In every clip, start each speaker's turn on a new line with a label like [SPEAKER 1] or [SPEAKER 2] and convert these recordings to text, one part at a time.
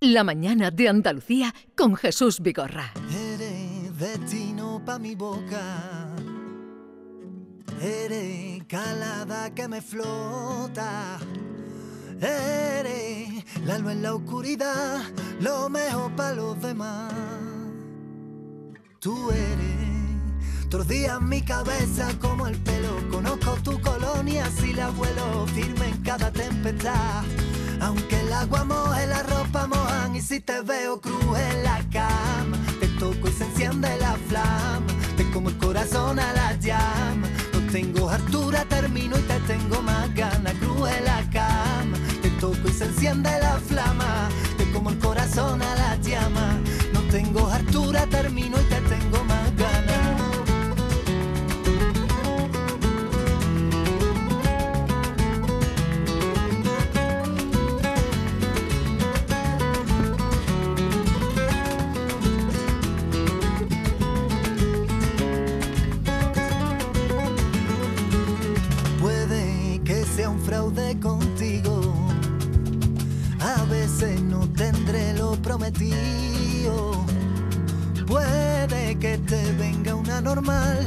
[SPEAKER 1] La mañana de Andalucía con Jesús Vigorra.
[SPEAKER 2] Eres destino pa' mi boca. Eres calada que me flota. Eres la luz en la oscuridad, lo mejor para los demás. Tú eres, tordía en mi cabeza como el pelo. Conozco tu colonia si la vuelo firme en cada tempestad. Aunque el agua moje, la ropa mojan y si te veo cruz en la cama, te toco y se enciende la flama, te como el corazón a la llama. No tengo hartura, termino y te tengo más ganas, cruz en la cama, te toco y se enciende la flama, te como el corazón a la llama. No tengo hartura, termino y te tengo más ganas. Puede que sea un fraude contigo. A veces no tendré lo prometido. Puede que te venga una normal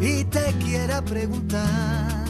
[SPEAKER 2] y te quiera preguntar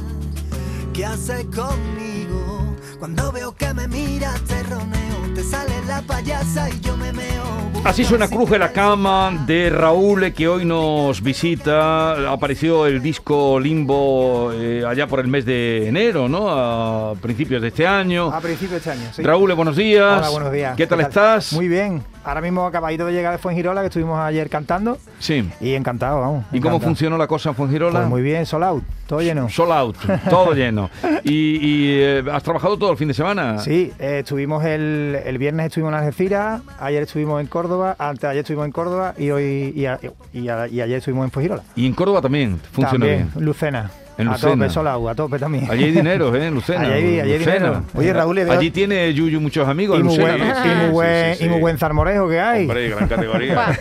[SPEAKER 2] qué haces conmigo. Cuando veo que me miras te roneo, te sale la payasa y yo me meo.
[SPEAKER 3] Así suena Cruz de la Cama de Raúl, eh, que hoy nos visita. Apareció el disco Limbo eh, allá por el mes de enero, ¿no? A principios de este año.
[SPEAKER 4] A principio de este año, sí.
[SPEAKER 3] Raúl, eh, buenos días.
[SPEAKER 4] Hola, buenos días.
[SPEAKER 3] ¿Qué tal, estás?
[SPEAKER 4] Muy bien. Ahora mismo acabadito de llegar de Fuengirola, que estuvimos ayer cantando.
[SPEAKER 3] Sí.
[SPEAKER 4] Y encantado, vamos.
[SPEAKER 3] ¿Y cómo
[SPEAKER 4] encantado.
[SPEAKER 3] funcionó la cosa en Fongirola?
[SPEAKER 4] Pues muy bien, sold out, todo lleno.
[SPEAKER 3] Sold out, todo lleno. ¿Y, y, eh, has trabajado todo el fin de semana?
[SPEAKER 4] Sí, eh, estuvimos el, el viernes estuvimos en Algeciras, ayer estuvimos en Córdoba, antes de ayer estuvimos en Córdoba y hoy y, a- y a- y ayer estuvimos en Fuengirola.
[SPEAKER 3] Y en Córdoba también funciona
[SPEAKER 4] también,
[SPEAKER 3] bien.
[SPEAKER 4] Lucena.
[SPEAKER 3] En
[SPEAKER 4] a
[SPEAKER 3] Lucena.
[SPEAKER 4] tope, sold out, a tope también.
[SPEAKER 3] Allí hay dinero, ¿eh? En Lucena.
[SPEAKER 4] Allí hay- allí hay
[SPEAKER 3] Lucena.
[SPEAKER 4] dinero. Oye, Raúl, le veo-
[SPEAKER 3] Allí tiene Yuyu muchos amigos.
[SPEAKER 4] y
[SPEAKER 3] en
[SPEAKER 4] muy
[SPEAKER 3] Lucena,
[SPEAKER 4] buen,
[SPEAKER 3] ¿no?
[SPEAKER 4] y muy buen-
[SPEAKER 5] sí,
[SPEAKER 4] y muy
[SPEAKER 5] sí.
[SPEAKER 4] buen zarmorejo que hay.
[SPEAKER 5] Hombre, gran categoría.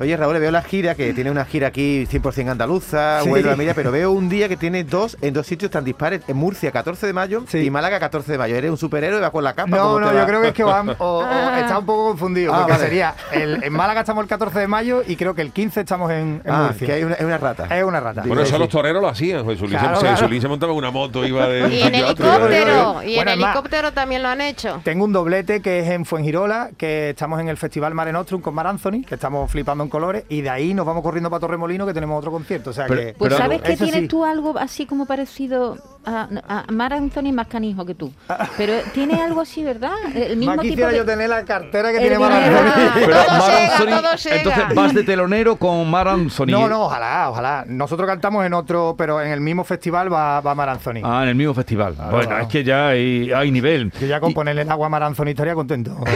[SPEAKER 6] Oye, Raúl, veo la gira, que tiene una gira aquí 100% andaluza,
[SPEAKER 4] Sí.
[SPEAKER 6] Huelva, mira, pero veo un día que tiene dos en dos sitios tan dispares. En Murcia, 14 de mayo,
[SPEAKER 4] Sí.
[SPEAKER 6] y Málaga, 14 de mayo. Eres un superhéroe, va con la
[SPEAKER 4] No,
[SPEAKER 6] capa. Ah, ¿cómo
[SPEAKER 4] no,
[SPEAKER 6] te
[SPEAKER 4] yo
[SPEAKER 6] va?
[SPEAKER 4] creo que es que van. O, o está un poco confundido.
[SPEAKER 6] Ah,
[SPEAKER 4] porque
[SPEAKER 6] vale.
[SPEAKER 4] sería. el- en Málaga estamos el 14 de mayo y creo que el 15 estamos en, en
[SPEAKER 6] Ah,
[SPEAKER 4] Murcia.
[SPEAKER 6] que hay una, es una rata.
[SPEAKER 4] Es una rata.
[SPEAKER 5] Bueno,
[SPEAKER 6] Sí,
[SPEAKER 5] eso
[SPEAKER 6] sí.
[SPEAKER 5] los toreros lo hacían. Jesús Luis
[SPEAKER 4] Claro,
[SPEAKER 5] se-
[SPEAKER 4] claro.
[SPEAKER 5] Jesús Luis se montaba en una moto, iba de. un
[SPEAKER 7] Y en
[SPEAKER 5] sitio a otro.
[SPEAKER 6] ¿eh?
[SPEAKER 7] helicóptero, y en
[SPEAKER 4] Bueno, es más-
[SPEAKER 7] helicóptero también lo han hecho.
[SPEAKER 4] Tengo un doblete que es en Fuengirola, que estamos en el Festival Mare Nostrum con Mar Anthony, que estamos flipando en colores, y de ahí nos vamos corriendo para Torremolino, que tenemos otro concierto. O sea
[SPEAKER 3] Pero-
[SPEAKER 4] que.
[SPEAKER 8] Pues
[SPEAKER 3] Pero-
[SPEAKER 8] sabes que
[SPEAKER 4] Eso
[SPEAKER 8] tienes
[SPEAKER 4] sí.
[SPEAKER 8] tú algo así como parecido a, a Mar Anthony más canijo que tú. Pero tiene algo así, ¿verdad? El mismo
[SPEAKER 4] Más
[SPEAKER 8] tipo
[SPEAKER 4] quisiera
[SPEAKER 8] de-
[SPEAKER 4] yo tener la cartera que
[SPEAKER 8] El
[SPEAKER 4] tiene Mar
[SPEAKER 8] dinero.
[SPEAKER 4] Anthony.
[SPEAKER 7] Todo llega,
[SPEAKER 3] Anthony-
[SPEAKER 7] todo llega.
[SPEAKER 3] entonces vas de telonero con Mar Anthony.
[SPEAKER 4] No, no, ojalá, ojalá. Nosotros cantamos en otro, pero en el mismo festival va, va Mar Anthony.
[SPEAKER 3] Ah, en el mismo festival. bueno,
[SPEAKER 4] claro.
[SPEAKER 3] es que ya hay, hay nivel.
[SPEAKER 4] Yo ya con ponerle el agua a Mar Anthony estaría contento.
[SPEAKER 3] Oh.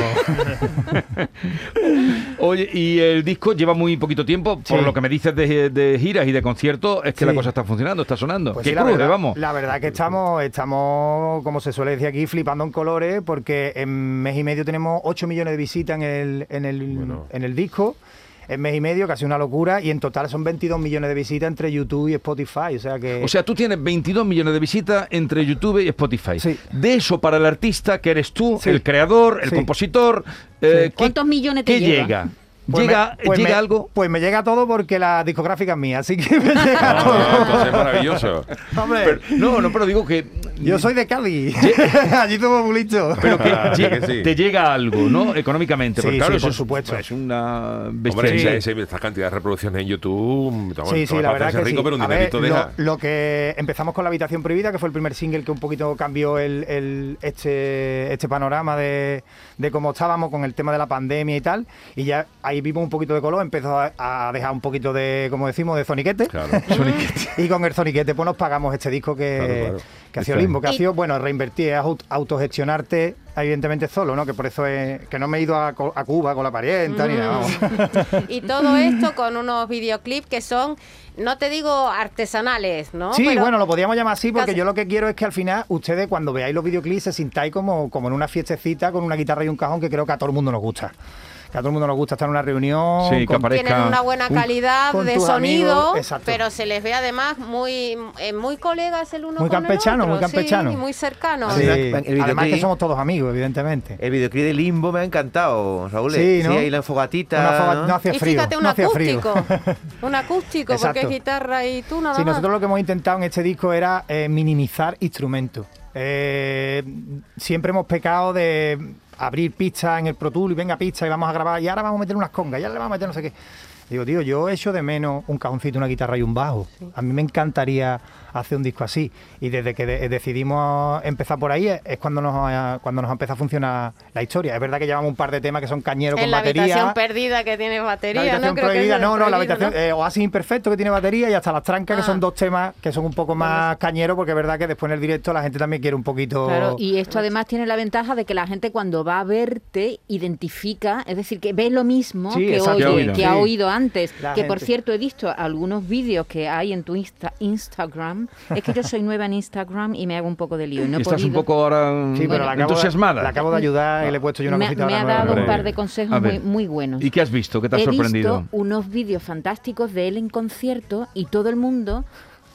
[SPEAKER 4] Pues
[SPEAKER 3] Oye, y el disco lleva muy poquito tiempo, por
[SPEAKER 4] Sí.
[SPEAKER 3] lo que me dices de, de giras y de conciertos, es que
[SPEAKER 4] Sí.
[SPEAKER 3] la cosa está funcionando, está sonando.
[SPEAKER 4] Pues
[SPEAKER 3] Qué
[SPEAKER 4] sí, la
[SPEAKER 3] cruz,
[SPEAKER 4] verdad,
[SPEAKER 3] vamos.
[SPEAKER 4] La verdad que estamos, estamos, como se suele decir aquí, flipando en colores, porque en mes y medio tenemos 8 millones de visitas en el, en el,
[SPEAKER 5] Bueno.
[SPEAKER 4] en el disco. En mes y medio, casi una locura, y en total son 22 millones de visitas entre YouTube y Spotify. O sea que.
[SPEAKER 3] O sea, tú tienes 22 millones de visitas entre YouTube y Spotify.
[SPEAKER 4] Sí.
[SPEAKER 3] De eso, para el artista que eres tú,
[SPEAKER 4] Sí.
[SPEAKER 3] el creador, el
[SPEAKER 4] Sí.
[SPEAKER 3] compositor, eh, ¿qué-
[SPEAKER 8] ¿Cuántos millones te
[SPEAKER 3] qué
[SPEAKER 8] lleva?
[SPEAKER 3] llega?
[SPEAKER 4] pues me-
[SPEAKER 3] ¿Llega, eh,
[SPEAKER 4] pues
[SPEAKER 3] llega
[SPEAKER 4] me-
[SPEAKER 3] algo?
[SPEAKER 4] Pues me llega todo porque la discográfica es mía, así que me llega
[SPEAKER 5] No,
[SPEAKER 4] todo.
[SPEAKER 5] no, entonces es maravilloso.
[SPEAKER 4] Hombre,
[SPEAKER 3] Pero- no, no, pero digo que...
[SPEAKER 4] yo soy de Cádiz. Allí tuvo bulito.
[SPEAKER 3] Pero que,
[SPEAKER 5] Ah,
[SPEAKER 3] lle-
[SPEAKER 5] que sí.
[SPEAKER 3] te llega algo, ¿no? Económicamente.
[SPEAKER 4] Sí,
[SPEAKER 3] porque claro,
[SPEAKER 4] sí,
[SPEAKER 3] eso
[SPEAKER 4] por
[SPEAKER 3] es-
[SPEAKER 4] supuesto.
[SPEAKER 3] Es una
[SPEAKER 5] Hombre,
[SPEAKER 3] bestia.
[SPEAKER 5] esa- esa- esta cantidad de reproducciones en YouTube. bueno,
[SPEAKER 4] Sí, sí,
[SPEAKER 5] todo
[SPEAKER 4] la
[SPEAKER 5] es
[SPEAKER 4] verdad
[SPEAKER 5] hacerse
[SPEAKER 4] que
[SPEAKER 5] rico,
[SPEAKER 4] sí.
[SPEAKER 5] pero un
[SPEAKER 4] A ver,
[SPEAKER 5] dinerito
[SPEAKER 4] lo,
[SPEAKER 5] deja.
[SPEAKER 4] lo que empezamos con La Habitación Prohibida, que fue el primer single que un poquito cambió el, el- este, este panorama de, de cómo estábamos con el tema de la pandemia y tal. Y ya ahí vimos un poquito de color, empezó a, a dejar un poquito de, como decimos, de zoniquete.
[SPEAKER 5] Claro.
[SPEAKER 4] Y con el Zoniquete pues nos pagamos este disco que,
[SPEAKER 5] Claro, claro.
[SPEAKER 4] que ha sido
[SPEAKER 3] Está
[SPEAKER 4] Limbo, que ha
[SPEAKER 7] Y-
[SPEAKER 4] sido, bueno, reinvertir, es aut- autogestionarte evidentemente solo, ¿no? Que por eso es que no me he ido a, co- a Cuba con la parienta ni nada. vamos.
[SPEAKER 7] Y todo esto con unos videoclips que son, no te digo artesanales, ¿no?
[SPEAKER 4] Sí,
[SPEAKER 7] Pero-
[SPEAKER 4] bueno, lo podríamos llamar así porque
[SPEAKER 7] Casi.
[SPEAKER 4] yo lo que quiero es que al final ustedes cuando veáis los videoclips se sintáis como, como en una fiestecita con una guitarra y un cajón que creo que a todo el mundo nos gusta. que a todo el mundo nos gusta estar en una reunión.
[SPEAKER 3] Sí, que
[SPEAKER 4] con-
[SPEAKER 3] aparezca
[SPEAKER 7] Tienen una buena
[SPEAKER 4] un-
[SPEAKER 7] calidad
[SPEAKER 4] con
[SPEAKER 7] de
[SPEAKER 4] tus
[SPEAKER 7] sonido,
[SPEAKER 4] amigos, exacto.
[SPEAKER 7] pero se les ve además muy, eh, muy colegas el uno
[SPEAKER 4] Muy
[SPEAKER 7] con el
[SPEAKER 4] campechano,
[SPEAKER 7] otro,
[SPEAKER 4] muy campechano.
[SPEAKER 7] sí, y muy cercanos.
[SPEAKER 4] Sí,
[SPEAKER 6] El videoclip.
[SPEAKER 4] Además que somos todos amigos, evidentemente.
[SPEAKER 6] El videoclip de Limbo me ha encantado, Raúl.
[SPEAKER 4] Sí, ¿no?
[SPEAKER 6] ahí la fogatita.
[SPEAKER 4] Una foga- no hacía
[SPEAKER 7] Y
[SPEAKER 4] frío.
[SPEAKER 7] fíjate un
[SPEAKER 4] no hacía frío.
[SPEAKER 7] acústico, un acústico porque
[SPEAKER 4] Exacto.
[SPEAKER 7] es guitarra y tú nada
[SPEAKER 4] Sí,
[SPEAKER 7] más.
[SPEAKER 4] nosotros lo que hemos intentado en este disco era eh, minimizar instrumentos. Eh, siempre hemos pecado de abrir pistas en el Pro Tool y venga pista y vamos a grabar y ahora vamos a meter unas congas, ya le vamos a meter no sé qué. Digo, tío, yo echo de menos un cajoncito, una guitarra y un bajo. A mí me encantaría hacer un disco así. Y desde que de- eh, decidimos empezar por ahí es, es cuando nos ha- cuando nos empieza a funcionar la historia. Es verdad que llevamos un par de temas que son cañeros
[SPEAKER 7] en
[SPEAKER 4] con
[SPEAKER 7] la
[SPEAKER 4] batería.
[SPEAKER 7] habitación perdida que tiene
[SPEAKER 4] La
[SPEAKER 7] batería,
[SPEAKER 4] habitación
[SPEAKER 7] ¿no? Creo que
[SPEAKER 4] prohibida,
[SPEAKER 7] es
[SPEAKER 4] no, no, la
[SPEAKER 7] prohibida,
[SPEAKER 4] habitación,
[SPEAKER 7] ¿no?
[SPEAKER 4] eh, Oasis Imperfecto que tiene batería y hasta las trancas,
[SPEAKER 7] Ah.
[SPEAKER 4] que son dos temas que son un poco más cañeros, porque es verdad que después en el directo la gente también quiere un poquito.
[SPEAKER 8] Claro, y esto además tiene la ventaja de que la gente cuando va a verte identifica, es decir, que ve lo mismo
[SPEAKER 4] Sí,
[SPEAKER 8] que,
[SPEAKER 4] exacto.
[SPEAKER 8] oye,
[SPEAKER 3] Que ha oído.
[SPEAKER 8] que ha
[SPEAKER 4] Sí.
[SPEAKER 8] oído antes.
[SPEAKER 4] La
[SPEAKER 8] que por
[SPEAKER 4] gente.
[SPEAKER 8] cierto he visto algunos vídeos que hay en tu Insta- Instagram. Es que yo soy nueva en Instagram y me hago un poco de lío. y No he
[SPEAKER 3] Estás un
[SPEAKER 8] podido.
[SPEAKER 3] poco ahora
[SPEAKER 4] sí, pero la acabo,
[SPEAKER 3] entusiasmada.
[SPEAKER 4] De, la acabo de ayudar y le he puesto yo una
[SPEAKER 8] me,
[SPEAKER 4] cosita
[SPEAKER 8] me ha
[SPEAKER 4] ahora
[SPEAKER 8] dado
[SPEAKER 4] nueva.
[SPEAKER 8] un par
[SPEAKER 3] Hombre.
[SPEAKER 8] de
[SPEAKER 3] A
[SPEAKER 8] consejos
[SPEAKER 3] ver.
[SPEAKER 8] muy, muy buenos.
[SPEAKER 3] ¿Y qué has visto? ¿Qué te ha
[SPEAKER 8] He
[SPEAKER 3] sorprendido?
[SPEAKER 8] visto unos vídeos fantásticos de él en concierto y todo el mundo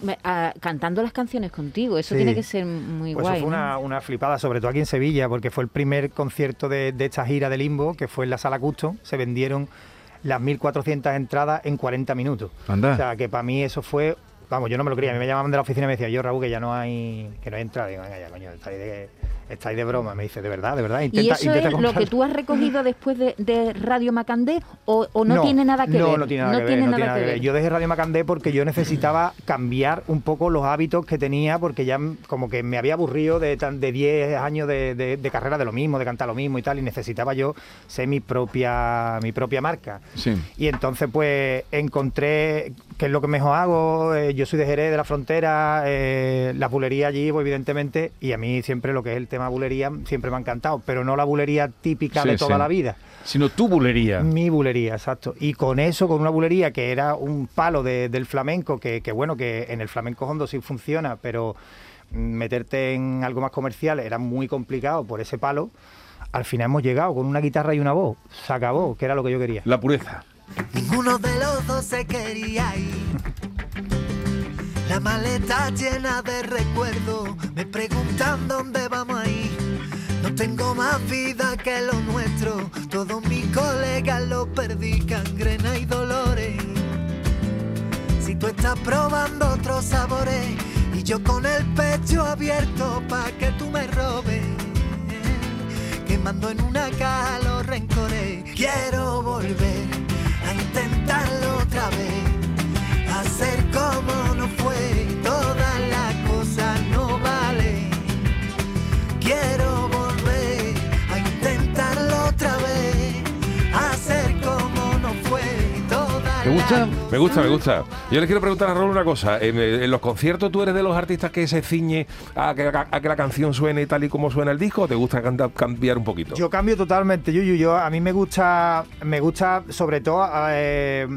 [SPEAKER 8] me- ah, cantando las canciones contigo. Eso
[SPEAKER 4] Sí.
[SPEAKER 8] tiene que ser muy
[SPEAKER 4] Pues
[SPEAKER 8] guay.
[SPEAKER 4] eso fue
[SPEAKER 8] ¿no?
[SPEAKER 4] una, una flipada, sobre todo aquí en Sevilla, porque fue el primer concierto de, de esta gira de Limbo, que fue en la sala Custom. Se vendieron las 1.400 entradas en 40 minutos.
[SPEAKER 3] Anda.
[SPEAKER 4] O sea, que para mí eso fue... Vamos, yo no me lo creía. A mí me llamaban de la oficina y me decían, yo, Raúl, que ya no hay, que no hay entrada. Digo, venga ya, coño, estáis de, estáis de broma. Me dice, de verdad, de verdad, intenta,
[SPEAKER 8] ¿Y eso
[SPEAKER 4] intenta
[SPEAKER 8] es lo
[SPEAKER 4] comprar".
[SPEAKER 8] que tú has recogido después de, de Radio Macandé o, o no,
[SPEAKER 4] No,
[SPEAKER 8] tiene nada que
[SPEAKER 4] no,
[SPEAKER 8] ver?
[SPEAKER 4] No tiene nada que ver.
[SPEAKER 8] tiene
[SPEAKER 4] no
[SPEAKER 8] nada
[SPEAKER 4] tiene nada
[SPEAKER 8] que ver.
[SPEAKER 4] Yo dejé Radio Macandé porque yo necesitaba cambiar un poco los hábitos que tenía porque ya m- como que me había aburrido de tan- de 10 años de, de- de carrera de lo mismo, de cantar lo mismo y tal, y necesitaba yo ser mi propia, mi propia marca.
[SPEAKER 3] Sí.
[SPEAKER 4] Y entonces pues encontré qué es lo que mejor hago. eh, yo soy de Jerez, de la frontera, eh, la bulería allí, pues, evidentemente, y a mí siempre lo que es el tema bulería siempre me ha encantado, pero no la bulería típica
[SPEAKER 3] Sí,
[SPEAKER 4] de toda
[SPEAKER 3] sí.
[SPEAKER 4] la vida. Mm.
[SPEAKER 3] Sino tu bulería.
[SPEAKER 4] Mi bulería, exacto. Y con eso, con una bulería que era un palo de- del flamenco, que, que bueno, que en el flamenco hondo sí funciona, pero mm, meterte en algo más comercial era muy complicado por ese palo. Al final hemos llegado con una guitarra y una voz. Se acabó, que era lo que yo quería.
[SPEAKER 3] La pureza.
[SPEAKER 2] Ninguno de los dos se quería ir. La maleta llena de recuerdos, me preguntan dónde vamos a ir. No tengo más vida que lo nuestro, todos mis colegas lo perdí, cangrena y dolores. Si tú estás probando otros sabores y yo con el pecho abierto pa' que tú me robes, quemando en una caja los rencores, quiero volver a intentarlo otra vez, a hacer como no fue, todas las cosas no valen. Quiero volver a intentarlo otra vez, a hacer como no fue, todas
[SPEAKER 5] ¿Te gusta?
[SPEAKER 2] las cosas
[SPEAKER 5] Me gusta, me gusta. Yo le quiero preguntar a Raúl una cosa. En, eh, en los conciertos tú eres de los artistas que se ciñe a que, a que la canción suene tal y como suena el disco o te gusta canta- cambiar un poquito?
[SPEAKER 4] Yo cambio totalmente, Yuyu. Yo, a mí me gusta, me gusta sobre todo eh,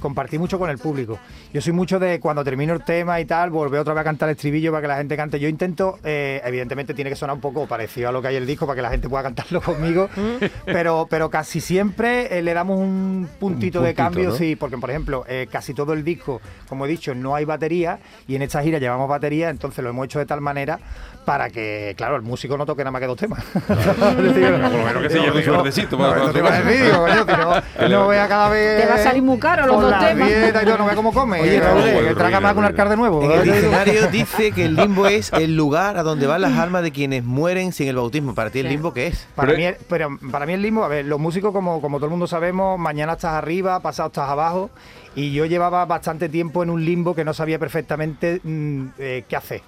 [SPEAKER 4] compartir mucho con el público. Yo soy mucho de cuando termino el tema y tal, volver otra vez a cantar el estribillo para que la gente cante. Yo intento, eh, evidentemente tiene que sonar un poco parecido a lo que hay en el disco para que la gente pueda cantarlo conmigo,
[SPEAKER 5] Mm.
[SPEAKER 4] pero, pero casi siempre eh, le damos un puntito, de
[SPEAKER 5] puntito,
[SPEAKER 4] cambio,
[SPEAKER 5] ¿no?
[SPEAKER 4] sí, porque por ejemplo, eh, casi todo el disco, como he dicho, no hay batería y en esta gira llevamos batería, entonces lo hemos hecho de tal manera para que, claro, el músico no toque nada más que dos temas.
[SPEAKER 5] Por lo menos que se
[SPEAKER 4] Digo,
[SPEAKER 5] lleve un
[SPEAKER 4] digo,
[SPEAKER 5] verdecito
[SPEAKER 4] no,
[SPEAKER 5] para-
[SPEAKER 4] eso te
[SPEAKER 5] para su
[SPEAKER 4] iba a
[SPEAKER 5] casa.
[SPEAKER 4] decir, digo, coño, que no, no vea cada vez.
[SPEAKER 8] Te va a salir muy caro los
[SPEAKER 4] con
[SPEAKER 8] dos
[SPEAKER 4] la
[SPEAKER 8] temas.
[SPEAKER 4] dieta y todo, no vea cómo come.
[SPEAKER 6] Oye,
[SPEAKER 4] eh,
[SPEAKER 6] Raúl,
[SPEAKER 4] que
[SPEAKER 5] Raúl,
[SPEAKER 4] traga más
[SPEAKER 5] Raúl,
[SPEAKER 4] con arcar de nuevo.
[SPEAKER 6] En el diccionario dice que el limbo es el lugar a donde van las almas de quienes mueren sin el bautismo. Para ti el limbo qué es?
[SPEAKER 4] Para
[SPEAKER 3] Pero-
[SPEAKER 4] mí, pero para mí el limbo, a ver, los músicos, como, como todo el mundo sabemos, mañana estás arriba, pasado estás abajo, y yo llevaba bastante tiempo en un limbo que no sabía perfectamente mm, eh, qué hacer.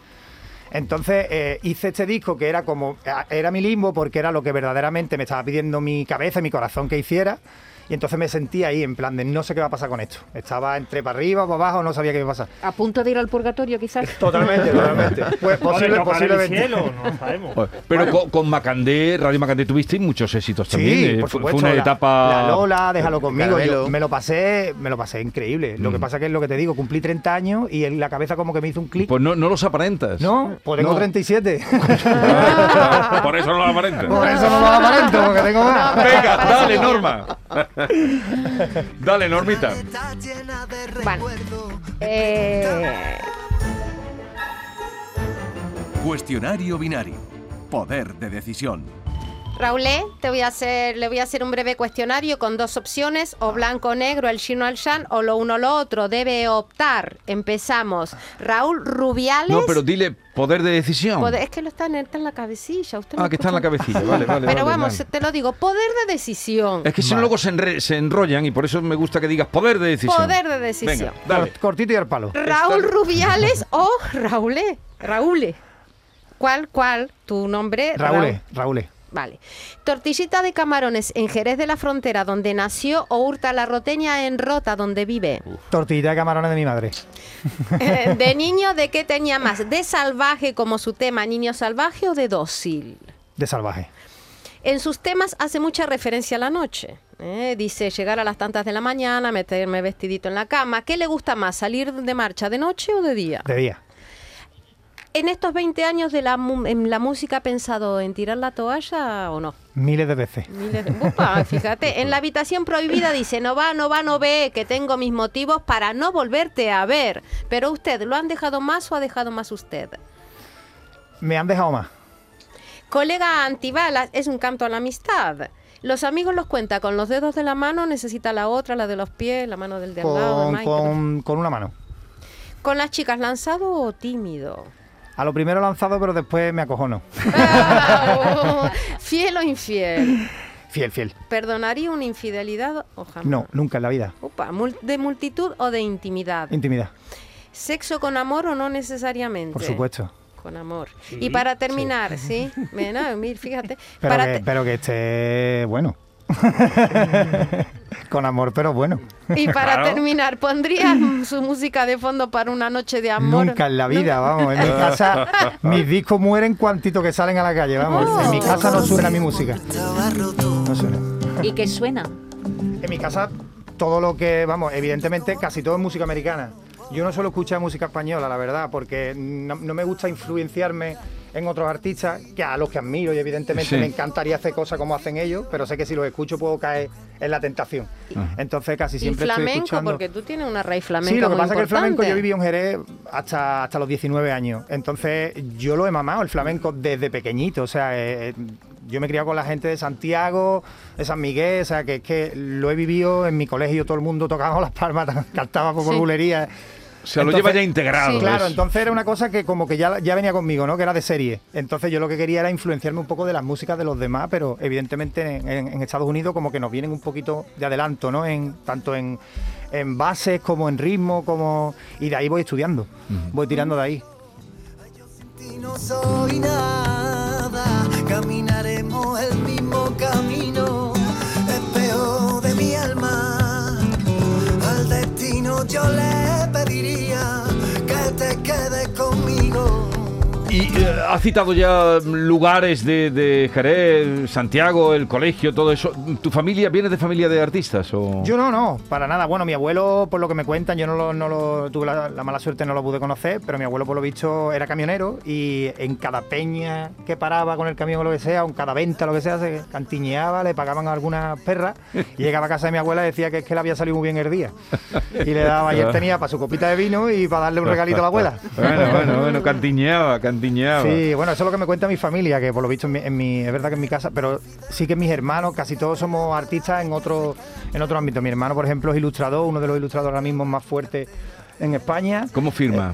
[SPEAKER 4] Entonces eh, hice este disco que era como era mi limbo porque era lo que verdaderamente me estaba pidiendo mi cabeza y mi corazón que hiciera. Y entonces me sentía ahí en plan de no sé qué va a pasar con esto. Estaba entre para arriba, para abajo, no sabía qué iba a pasar.
[SPEAKER 8] A punto de ir al purgatorio, quizás.
[SPEAKER 4] Totalmente, totalmente. Pues posible,
[SPEAKER 9] no para el
[SPEAKER 4] posiblemente.
[SPEAKER 9] cielo, no sabemos.
[SPEAKER 3] Pues, Pero co- con, Macandé, Radio Macandé tuvisteis muchos éxitos también. eh,
[SPEAKER 4] por
[SPEAKER 3] fue-
[SPEAKER 4] supuesto,
[SPEAKER 3] fue una
[SPEAKER 4] la-
[SPEAKER 3] etapa.
[SPEAKER 4] La Lola, déjalo conmigo.
[SPEAKER 6] Caramelo.
[SPEAKER 4] Yo me lo pasé, me lo pasé increíble.
[SPEAKER 3] Mm.
[SPEAKER 4] Lo que pasa que es lo que te digo, cumplí 30 años y en la cabeza como que me hizo un clic.
[SPEAKER 3] Pues no, no los aparentas.
[SPEAKER 4] no, pues tengo
[SPEAKER 3] No.
[SPEAKER 4] 37.
[SPEAKER 5] Pues Por eso no lo aparenta.
[SPEAKER 4] Por eso no lo aparento, porque tengo más.
[SPEAKER 3] Venga, dale, Norma. dale, Normita.
[SPEAKER 2] Está llena de
[SPEAKER 7] Bueno.
[SPEAKER 2] recuerdo.
[SPEAKER 7] Eh,
[SPEAKER 10] Cuestionario binario. Poder de decisión.
[SPEAKER 7] Raulé, eh, te voy a hacer, le voy a hacer un breve cuestionario con dos opciones,
[SPEAKER 3] Ah.
[SPEAKER 7] o blanco o negro, el chino al shan, o lo uno o lo otro. Debe optar. Empezamos. Raúl Rubiales.
[SPEAKER 3] No, pero dile poder de decisión.
[SPEAKER 7] Poder- es que lo está en, está en la cabecilla. Usted no
[SPEAKER 3] Ah, que está en la
[SPEAKER 7] escucha.
[SPEAKER 3] cabecilla. Vale, vale.
[SPEAKER 7] Pero
[SPEAKER 3] vale,
[SPEAKER 7] vamos, eh,
[SPEAKER 3] vale.
[SPEAKER 7] te lo digo, poder de decisión.
[SPEAKER 3] Es que si no, luego se, enre- se enrollan y por eso me gusta que digas poder de decisión.
[SPEAKER 7] Poder de decisión.
[SPEAKER 3] Venga, dale.
[SPEAKER 4] Cortito y al palo.
[SPEAKER 7] Raúl Rubiales o Raúlé. Raúlé. eh. ¿Cuál, cuál? Tu nombre.
[SPEAKER 4] Raúl,
[SPEAKER 3] eh.
[SPEAKER 7] Raúl.
[SPEAKER 4] Raúl.
[SPEAKER 7] Vale. Tortillita de camarones en Jerez de la Frontera, donde nació, o Hurta la Roteña en Rota, donde
[SPEAKER 3] Uh.
[SPEAKER 7] vive.
[SPEAKER 4] Tortillita de camarones de mi madre.
[SPEAKER 7] Eh, ¿De niño de qué tenía más? ¿De salvaje como su tema, niño salvaje o de dócil?
[SPEAKER 4] De salvaje.
[SPEAKER 7] En sus temas hace mucha referencia a la noche. ¿eh? Dice llegar a las tantas de la mañana, meterme vestidito en la cama. ¿Qué le gusta más, salir de marcha de noche o de día?
[SPEAKER 4] De día.
[SPEAKER 7] En estos 20 años de la, mu- en la música, ¿ha pensado en tirar la toalla o no?
[SPEAKER 4] Miles de veces.
[SPEAKER 7] Miles de- Upa, fíjate, en la habitación prohibida dice, no va, no va, no ve, que tengo mis motivos para no volverte a ver. Pero usted, ¿lo han dejado más o ha dejado más usted?
[SPEAKER 4] Me han dejado más.
[SPEAKER 7] Colega antibalas es un canto a la amistad. Los amigos los cuenta con los dedos de la mano, necesita la otra, la de los pies, la mano del de al lado.
[SPEAKER 4] Con,
[SPEAKER 7] Mike.
[SPEAKER 4] con- con una mano.
[SPEAKER 7] ¿Con las chicas, lanzado o tímido?
[SPEAKER 4] A lo primero lanzado, pero después me acojono.
[SPEAKER 7] ¿Fiel o infiel?
[SPEAKER 4] Fiel, fiel.
[SPEAKER 7] ¿Perdonaría una infidelidad o jamás?
[SPEAKER 4] No, nunca en la vida.
[SPEAKER 7] Upa, mul- ¿De multitud o de intimidad?
[SPEAKER 4] Intimidad,
[SPEAKER 7] ¿Sexo con amor o no necesariamente?
[SPEAKER 4] por supuesto.
[SPEAKER 7] Con amor. y para terminar, ¿sí? Bueno, mira, fíjate.
[SPEAKER 4] Pero,
[SPEAKER 7] para
[SPEAKER 4] que,
[SPEAKER 7] te-
[SPEAKER 4] pero que esté bueno. Con amor, pero bueno.
[SPEAKER 7] Y para
[SPEAKER 5] Claro.
[SPEAKER 7] terminar, ¿pondría su música de fondo para una noche de amor?
[SPEAKER 4] Nunca en la vida, vamos. En mi casa, mis discos mueren cuantito que salen a la calle, vamos.
[SPEAKER 7] Oh.
[SPEAKER 4] En mi casa no suena mi música.
[SPEAKER 2] Estaba roto.
[SPEAKER 4] No suena.
[SPEAKER 8] ¿Y que suena?
[SPEAKER 4] En mi casa, todo lo que, vamos, evidentemente casi todo es música americana. Yo no suelo escuchar música española, la verdad, porque no, no me gusta influenciarme en otros artistas, que a los que admiro y evidentemente
[SPEAKER 3] Sí.
[SPEAKER 4] me encantaría hacer cosas como hacen ellos, pero sé que si los escucho puedo caer en la tentación. Entonces casi
[SPEAKER 7] Y
[SPEAKER 4] siempre estoy
[SPEAKER 7] flamenco,
[SPEAKER 4] escuchando...
[SPEAKER 7] porque tú tienes una raíz flamenca.
[SPEAKER 4] Sí, lo que
[SPEAKER 7] muy
[SPEAKER 4] pasa es que el flamenco yo
[SPEAKER 7] importante.
[SPEAKER 4] viví en Jerez hasta, hasta los 19 años. Entonces yo lo he mamado, el flamenco, desde pequeñito. O sea, eh, eh, yo me he criado con la gente de Santiago, de San Miguel. O sea, que es que lo he vivido en mi colegio. Todo el mundo tocaba las palmas, cantaba por bulería.
[SPEAKER 3] Se lo
[SPEAKER 4] Entonces-
[SPEAKER 3] lleva ya integrado.
[SPEAKER 7] Sí.
[SPEAKER 4] Claro,
[SPEAKER 3] es-
[SPEAKER 4] entonces era una cosa que como que ya, ya venía conmigo, ¿no? Que era de serie. Entonces yo lo que quería era influenciarme un poco de las músicas de los demás, pero evidentemente en, en- en Estados Unidos como que nos vienen un poquito de adelanto, ¿no? En, tanto en, en bases como en ritmo, como... Y de ahí voy estudiando, voy tirando de ahí.
[SPEAKER 2] Y no soy nada, caminaremos el mismo camino, espejo de mi alma. Al destino yo le pediría que te quedes conmigo.
[SPEAKER 3] Y eh, ha citado ya lugares de, de Jerez, Santiago, el colegio, todo eso. ¿Tu familia viene de familia de artistas? O...
[SPEAKER 4] Yo no, no, para nada. Bueno, mi abuelo, por lo que me cuentan, yo no lo, no lo- tuve la, la mala suerte, no lo pude conocer, pero mi abuelo, por lo visto, era camionero y en cada peña que paraba con el camión o lo que sea, o en cada venta, lo que sea, se cantiñeaba, le pagaban algunas perras y llegaba a casa de mi abuela y decía que es que le había salido muy bien el día. Y le daba, y él tenía para su copita de vino y para darle un regalito a la abuela.
[SPEAKER 3] Bueno, bueno, bueno, cantiñaba, cantiñaba.
[SPEAKER 4] Sí, bueno, eso es lo que me cuenta mi familia, que por lo visto en mi, en mi- es verdad que en mi casa, pero sí que mis hermanos, casi todos somos artistas en otro, en otro ámbito. Mi hermano, por ejemplo, es ilustrador, uno de los ilustradores ahora mismo más fuertes en España,
[SPEAKER 3] ¿Cómo firma